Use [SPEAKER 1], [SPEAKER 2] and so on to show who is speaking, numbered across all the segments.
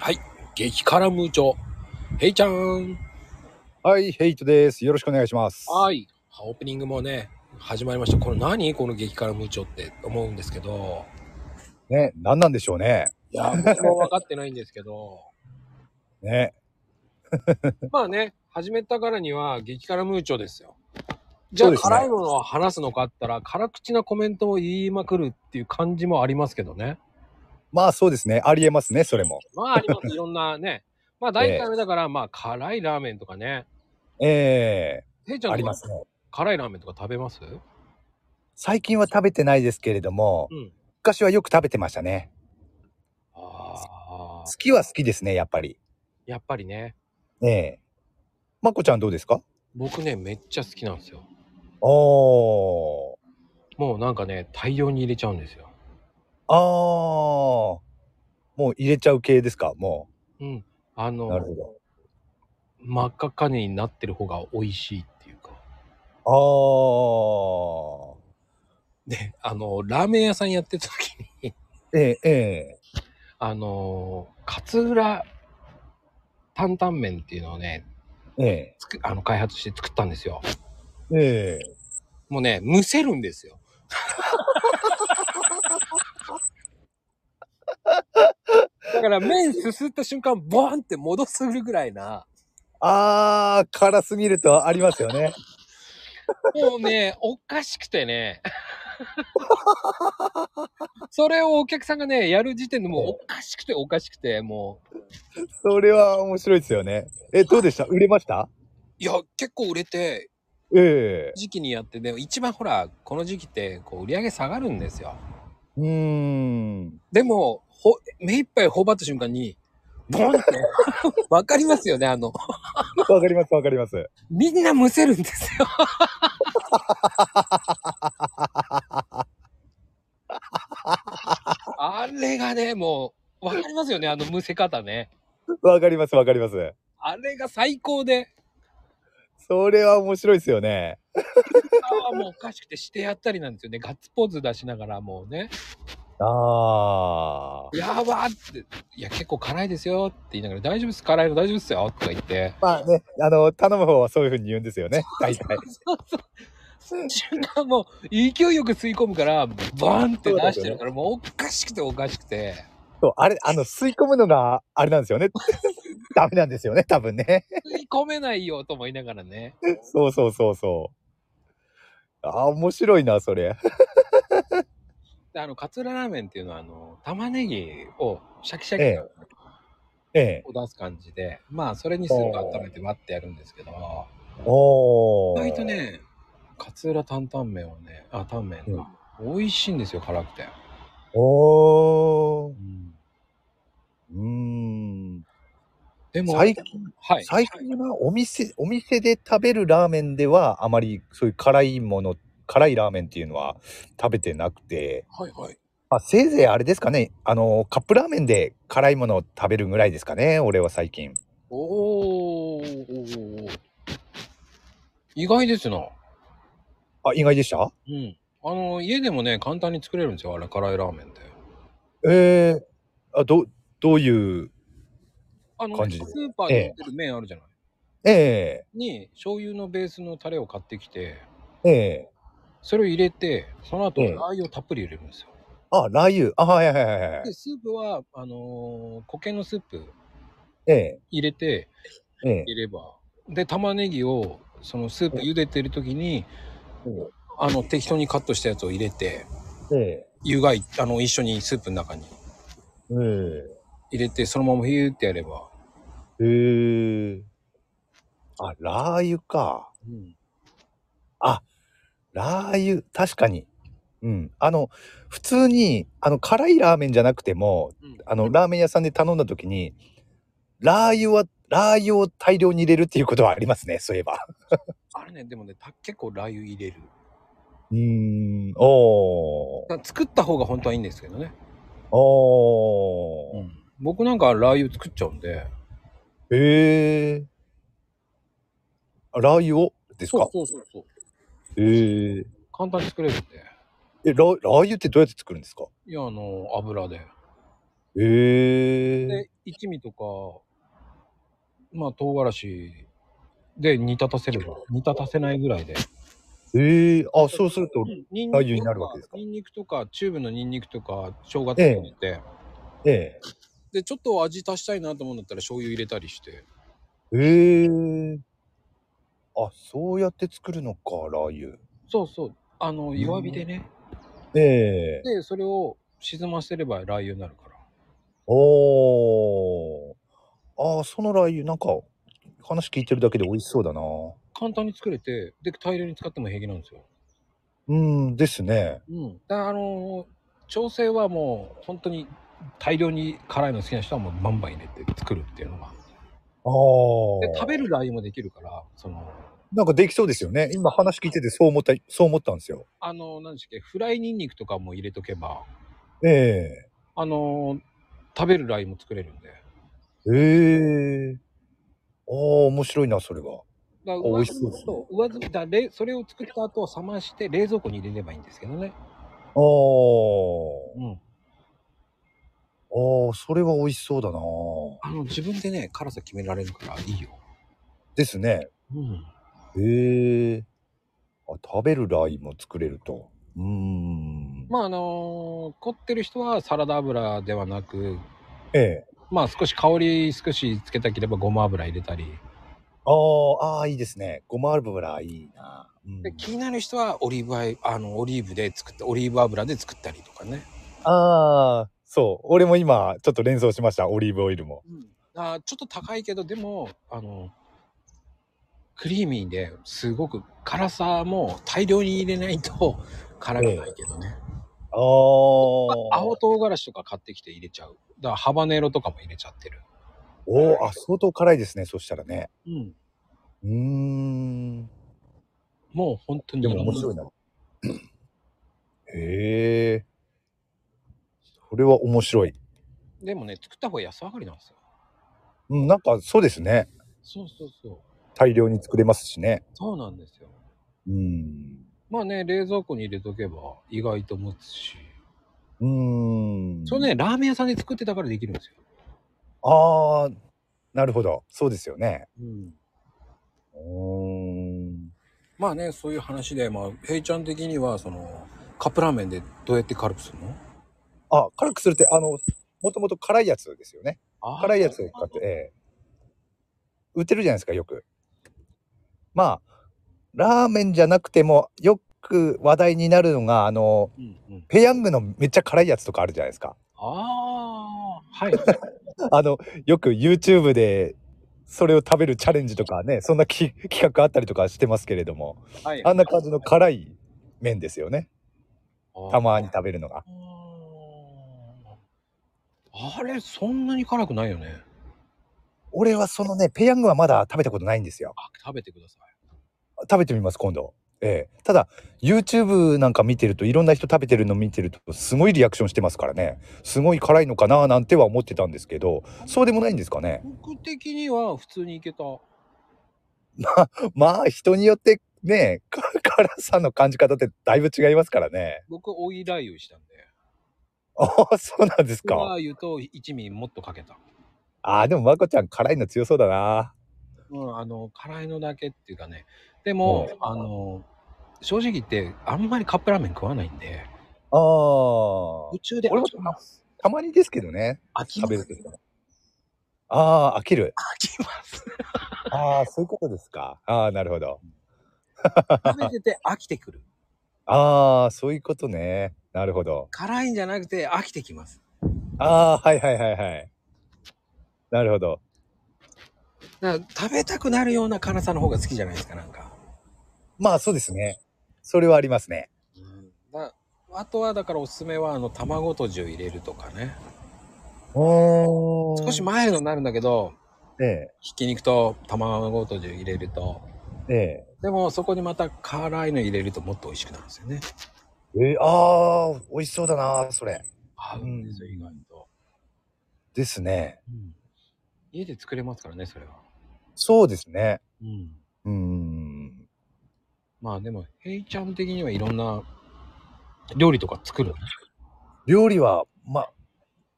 [SPEAKER 1] はい。激辛ムーチョ。ヘイちゃん。
[SPEAKER 2] はい、ヘイトです。よろしくお願いします。
[SPEAKER 1] はい。オープニングもね、始まりました。これ何この激辛ムーチョって思うんですけど。
[SPEAKER 2] ね、何なんでしょうね。
[SPEAKER 1] いや、僕も分かってないんですけど。
[SPEAKER 2] ね。
[SPEAKER 1] まあね、始めたからには激辛ムーチョですよ。じゃあ、
[SPEAKER 2] そうですね
[SPEAKER 1] 辛いものを話すのかあったら、辛口なコメントを言いまくるっていう感じもありますけどね。
[SPEAKER 2] まあそうですね。ありえますね、それも。
[SPEAKER 1] まあ、あり ます。いろんなね。まあ、大体あれだから、まあ、辛いラーメンとかね。
[SPEAKER 2] え
[SPEAKER 1] ヘイちゃ
[SPEAKER 2] え
[SPEAKER 1] んと
[SPEAKER 2] ありま
[SPEAKER 1] か
[SPEAKER 2] すね。
[SPEAKER 1] 辛いラーメンとか食べます
[SPEAKER 2] 最近は食べてないですけれども、
[SPEAKER 1] うん。
[SPEAKER 2] 昔はよく食べてましたね。
[SPEAKER 1] ああ
[SPEAKER 2] 好。きは好きですね、やっぱり。
[SPEAKER 1] やっぱりね。
[SPEAKER 2] ええまこちゃんどうですか
[SPEAKER 1] 僕ねめっちゃ好きなんですよ
[SPEAKER 2] おー。
[SPEAKER 1] もうなんかね大量に入れちゃうんですよ
[SPEAKER 2] あー。もう入れちゃう系ですかも
[SPEAKER 1] うんあ
[SPEAKER 2] う。なる
[SPEAKER 1] の
[SPEAKER 2] ほど。
[SPEAKER 1] 真っ赤っかになってる方が美味しいっていうか
[SPEAKER 2] あー。
[SPEAKER 1] であのラーメン屋さんやってた時に
[SPEAKER 2] ええええ
[SPEAKER 1] あの勝浦担々麺っていうのをね
[SPEAKER 2] ええ
[SPEAKER 1] つくあの開発して作ったんですよ
[SPEAKER 2] ええ
[SPEAKER 1] もうねむせるんですよ だから麺すすった瞬間ボーンって戻すぐらいな
[SPEAKER 2] あー、辛すぎるとありますよね。
[SPEAKER 1] もうね、おかしくてね。 それをお客さんがね、やる時点でもうおかしくておかしくて、もう。
[SPEAKER 2] それは面白いですよね。え、どう でした売れました
[SPEAKER 1] いや、結構売れて、
[SPEAKER 2] ええ
[SPEAKER 1] 時期にやって、でも一番ほら、この時期って、こう、売り上げ下がるんですよ。
[SPEAKER 2] うーん。
[SPEAKER 1] でも、ほ、目いっぱい頬張った瞬間に、ボンって、 わかりますよね、あの、
[SPEAKER 2] わかります、わかります。
[SPEAKER 1] みんなむせるんですよ。あれがね、もう、わかりますよね、あのむせ方ね。
[SPEAKER 2] わかります、わかります。
[SPEAKER 1] あれが最高で、
[SPEAKER 2] それは面白いですよね。
[SPEAKER 1] ああ、もうおかしくてしてやったりなんですよね。ガッツポーズ出しながらもうね、
[SPEAKER 2] ああ。
[SPEAKER 1] やばーって、いや、結構辛いですよって言いながら、大丈夫です、辛いの大丈夫ですよとか言って。
[SPEAKER 2] まあね、あの、頼む方はそういうふうに言うんですよね。大体。
[SPEAKER 1] 瞬間もう勢いよく吸い込むからバーンって出してるからもうおかしくておかしくて
[SPEAKER 2] そう、あれ、あの、吸い込むのが、あれなんですよね。 ダメなんですよね、多分ね。
[SPEAKER 1] 吸い込めないよと思いながらね
[SPEAKER 2] そうそうそうそう。ああ、面白いな、それ。
[SPEAKER 1] であのカツララーメンっていうのはあの玉ねぎをシャキシャ
[SPEAKER 2] え
[SPEAKER 1] キ
[SPEAKER 2] えええ。
[SPEAKER 1] を出す感じで、まあそれにスープ温めて割ってやるんですけど
[SPEAKER 2] お
[SPEAKER 1] 意
[SPEAKER 2] ー。
[SPEAKER 1] 外とねカツラ担々麺はねあタンメンが、美味しいんですよ辛くて、
[SPEAKER 2] おー。うーん。
[SPEAKER 1] でも
[SPEAKER 2] 最近、
[SPEAKER 1] はい
[SPEAKER 2] 最近はお店、お店で食べるラーメンでは、あまりそういう辛いもの、辛いラーメンっていうのは食べてなくて、
[SPEAKER 1] はいはい
[SPEAKER 2] まあ、せいぜいあれですかね、あの、カップラーメンで辛いものを食べるぐらいですかね、俺は最近。
[SPEAKER 1] おーおーおーおー意外ですな
[SPEAKER 2] あ、意外でした
[SPEAKER 1] うん。あの、家でもね、簡単に作れるんですよ。あれ、辛いラーメンで。
[SPEAKER 2] ええあ、ど、どういう、
[SPEAKER 1] あの、
[SPEAKER 2] 感
[SPEAKER 1] ス
[SPEAKER 2] じで
[SPEAKER 1] ーパーで売ってる麺あるじゃない。
[SPEAKER 2] え
[SPEAKER 1] に、醤油のベースのタレを買ってきて、
[SPEAKER 2] えええ
[SPEAKER 1] それを入れて、その後、
[SPEAKER 2] ええ
[SPEAKER 1] ラー油をたっぷり入れるんですよ。
[SPEAKER 2] あ、ラー油。あ、はいはいはいは
[SPEAKER 1] で、
[SPEAKER 2] い。
[SPEAKER 1] スープは、あのー、固形のスープ
[SPEAKER 2] ええ
[SPEAKER 1] 入れて、
[SPEAKER 2] ええ
[SPEAKER 1] 入れれば。で、玉ねぎを、そのスープ茹でてる時に、あの、適当にカットしたやつを入れて、
[SPEAKER 2] ええ
[SPEAKER 1] 湯がい、あの、一緒にスープの中に
[SPEAKER 2] え
[SPEAKER 1] 入れて、そのままヒューってやれば。
[SPEAKER 2] えへえあ、ラー油か。
[SPEAKER 1] うん。
[SPEAKER 2] あ、ラー油、確かに。うん。あの、普通に、あの、辛いラーメンじゃなくても、あの、ラーメン屋さんで頼んだ時に、ラー油は、ラー油を大量に入れるっていうことはありますね、そういえば。
[SPEAKER 1] あれね、でもね、た結構ラー油入れる。
[SPEAKER 2] うーん、おー、
[SPEAKER 1] だから作った方が本当はいいんですけどね、
[SPEAKER 2] おー、
[SPEAKER 1] 僕なんかラー油作っちゃうんで
[SPEAKER 2] えー。あラー油をですか
[SPEAKER 1] そうそうそう
[SPEAKER 2] えー。
[SPEAKER 1] 簡単に作れるんで
[SPEAKER 2] え、ララー油ってどうやって作るんですか
[SPEAKER 1] いやあの油で
[SPEAKER 2] えー。
[SPEAKER 1] で一味とか、まあ、唐辛子で煮立たせれば、煮立たせないぐらいで。
[SPEAKER 2] ええあ、そうすると、
[SPEAKER 1] ニン
[SPEAKER 2] ラー
[SPEAKER 1] ニク
[SPEAKER 2] 油にな
[SPEAKER 1] と
[SPEAKER 2] るわ
[SPEAKER 1] か
[SPEAKER 2] けです、か
[SPEAKER 1] ニンニクとか、チューブのニンニクとか、生姜とか入れて、
[SPEAKER 2] え
[SPEAKER 1] で、ちょっと味足したいなと思うんだったら醤油入れたりして。
[SPEAKER 2] えええあ、そうやって作るのか、ラー油。
[SPEAKER 1] そうそう。あの、
[SPEAKER 2] ん
[SPEAKER 1] 弱火でね。
[SPEAKER 2] ええ
[SPEAKER 1] で、それを沈ませればラー油になるから。
[SPEAKER 2] おー。あー、そのラー油、なんか、話聞いてるだけで美味しそうだな。
[SPEAKER 1] 簡単に作れて、で、大量に使っても平気なんですよ。
[SPEAKER 2] うんですね。
[SPEAKER 1] うん。だあの調整はもう、本当に大量に辛いの好きな人はもうバンバン入れて作るっていうのが。
[SPEAKER 2] ああ。
[SPEAKER 1] で、食べるラー油もできるから、その、
[SPEAKER 2] なんかできそうですよね。今話聞いててそう思った、そう思ったんですよ。
[SPEAKER 1] あの、何でしたっけ、フライニンニクとかも入れとけば、
[SPEAKER 2] え
[SPEAKER 1] あの食べるラー油も作れるんで。
[SPEAKER 2] えええああ、面白いな、それは。
[SPEAKER 1] だから
[SPEAKER 2] 美味しそうですね
[SPEAKER 1] う上積みだれそれを作った後冷まして冷蔵庫に入れればいいんですけどね。
[SPEAKER 2] あ
[SPEAKER 1] う
[SPEAKER 2] あ。
[SPEAKER 1] ん。
[SPEAKER 2] ああ、それは美味しそうだな。
[SPEAKER 1] あの自分でね辛さ決められるからいいよ。
[SPEAKER 2] ですね。
[SPEAKER 1] うん。
[SPEAKER 2] ええあ、食べるラー油も作れると。うーん。
[SPEAKER 1] まああのー凝ってる人はサラダ油ではなく、
[SPEAKER 2] ええ
[SPEAKER 1] まあ少し香り少しつけたければごま油入れたり。
[SPEAKER 2] あーあー、いいですね。ごま油いいな。うん
[SPEAKER 1] で気になる人はオリーブ油あのオリーブで作ったオリーブ油で作ったりとかね。
[SPEAKER 2] ああ、そう。俺も今、ちょっと連想しました。オリーブオイルも。
[SPEAKER 1] うん。あーちょっと高いけどでもあのクリーミーですごく辛さも大量に入れないと 辛くないけどね。
[SPEAKER 2] ああ。
[SPEAKER 1] 青唐辛子とか買ってきて入れちゃう。だからハバネロとかも入れちゃってる。
[SPEAKER 2] おお、あ、相当辛いですね。そしたらね。
[SPEAKER 1] うん。
[SPEAKER 2] うーん。
[SPEAKER 1] もう本当に。
[SPEAKER 2] でも面白いな。 へえ。それは面白い。
[SPEAKER 1] でもね、作った方が安上がりなんですよ。
[SPEAKER 2] うん、なんかそうですね。
[SPEAKER 1] そうそうそう。
[SPEAKER 2] 大量に作れますしね。
[SPEAKER 1] そうなんですよ。
[SPEAKER 2] うん。
[SPEAKER 1] まあね、冷蔵庫に入れとけば意外と持つし。
[SPEAKER 2] うーん。
[SPEAKER 1] それね、ラーメン屋さんで作ってたからできるんですよ。
[SPEAKER 2] ああ、なるほど。そうですよね。
[SPEAKER 1] うん。
[SPEAKER 2] うーん。
[SPEAKER 1] まあね、そういう話で、まあ、平ちゃん的には、その、カップラーメンでどうやって軽くするの
[SPEAKER 2] あ、辛くするって、あの、もともと辛いやつですよね。辛いやつを買って、ええ売ってるじゃないですか、よく。まあ、ラーメンじゃなくても、よく話題になるのが、あの、
[SPEAKER 1] うんうん。
[SPEAKER 2] ペヤングのめっちゃ辛いやつとかあるじゃないですか。
[SPEAKER 1] ああ、はい。
[SPEAKER 2] あの、よく YouTube で、それを食べるチャレンジとかね、そんなき企画あったりとかしてますけれども、
[SPEAKER 1] はい。
[SPEAKER 2] あんな感じの辛い麺ですよね。たまに
[SPEAKER 1] あー
[SPEAKER 2] 食べるのが。
[SPEAKER 1] あれ、そんなに辛くないよね。
[SPEAKER 2] 俺はそのね、ペヤングはまだ食べたことないんですよ。
[SPEAKER 1] あ、食べてください。
[SPEAKER 2] 食べてみます今度。ええ、ただ YouTube なんか見てるといろんな人食べてるの見てるとすごいリアクションしてますからねすごい辛いのかななんては思ってたんですけどそうでもないんですかね
[SPEAKER 1] 僕的には普通にいけた。
[SPEAKER 2] まあ人によってねか 辛さの感じ方ってだいぶ違いますからね
[SPEAKER 1] 僕、オイラー油したんで。
[SPEAKER 2] ああそうなんです
[SPEAKER 1] オイラー
[SPEAKER 2] か
[SPEAKER 1] 油と一味もっとかけた。
[SPEAKER 2] ああでもまこちゃん辛いの強そうだな
[SPEAKER 1] うん、あの、辛いのだけっていうかね。でも、あの、正直言って、あんまりカップラーメン食わないんで、
[SPEAKER 2] あー
[SPEAKER 1] 途中で
[SPEAKER 2] 俺も
[SPEAKER 1] 飽きます。
[SPEAKER 2] たまにですけどね
[SPEAKER 1] 飽き
[SPEAKER 2] 食
[SPEAKER 1] ま
[SPEAKER 2] べ
[SPEAKER 1] す。
[SPEAKER 2] るときああ飽きる
[SPEAKER 1] 飽き ます。
[SPEAKER 2] ああそういうことですかああなるほど
[SPEAKER 1] 食べてて飽きてくる。
[SPEAKER 2] ああそういうことねなるほど
[SPEAKER 1] 辛いんじゃなくて飽きてきます。
[SPEAKER 2] ああ、はいはいはいはい。なるほど。
[SPEAKER 1] だから食べたくなるような辛さの方が好きじゃないですか、なんか。
[SPEAKER 2] まあそうですね。それはありますね。
[SPEAKER 1] うんだあとはだからおすすめはあの卵とじを入れるとかね
[SPEAKER 2] お
[SPEAKER 1] 少しマイルドになるんだけど
[SPEAKER 2] え
[SPEAKER 1] ひき肉と卵とじを入れると
[SPEAKER 2] え、え
[SPEAKER 1] でもそこにまた辛いの入れるともっと美味しくなるんですよね
[SPEAKER 2] え。ええああ、美味しそうだな、それ。
[SPEAKER 1] 合うんですよ意外と、
[SPEAKER 2] ですね。
[SPEAKER 1] 家で作れますからねそれは
[SPEAKER 2] そうですね。
[SPEAKER 1] うん
[SPEAKER 2] うーん。
[SPEAKER 1] まあでもヘイちゃん的にはいろんな料理とか作るの
[SPEAKER 2] 料理は、ま、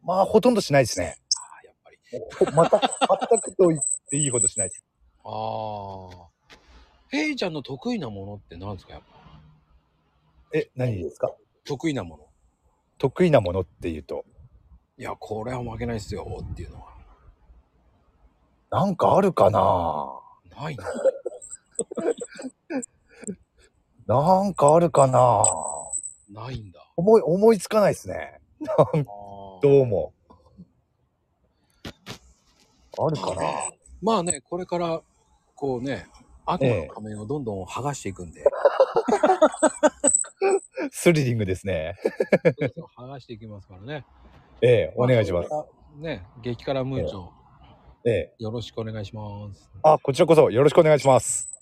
[SPEAKER 2] まあほとんどしないですね。
[SPEAKER 1] あやっぱり
[SPEAKER 2] ほまた、全くと言っていいほどしないです。
[SPEAKER 1] ああ。ヘイちゃんの得意なものって何ですかやっぱ
[SPEAKER 2] え、何ですか
[SPEAKER 1] 得意なもの。
[SPEAKER 2] 得意なものっていうと、
[SPEAKER 1] いや、これは負けないっすよっていうのは。
[SPEAKER 2] なんかあるかな
[SPEAKER 1] ないな。
[SPEAKER 2] なんかあるかな
[SPEAKER 1] ないんだ。
[SPEAKER 2] 思い、思いつかないですね。
[SPEAKER 1] あー
[SPEAKER 2] どうも。あるかな
[SPEAKER 1] まあね、これから、こうね、悪魔の仮面をどんどん剥がしていく んで、
[SPEAKER 2] スリリングですね。
[SPEAKER 1] 剥がしていきますからね。
[SPEAKER 2] ええ、お願いします。
[SPEAKER 1] まあ。これからね、激辛ムーチョ、
[SPEAKER 2] ええ。
[SPEAKER 1] よろしくお願いします。
[SPEAKER 2] あ、こちらこそよろしくお願いします。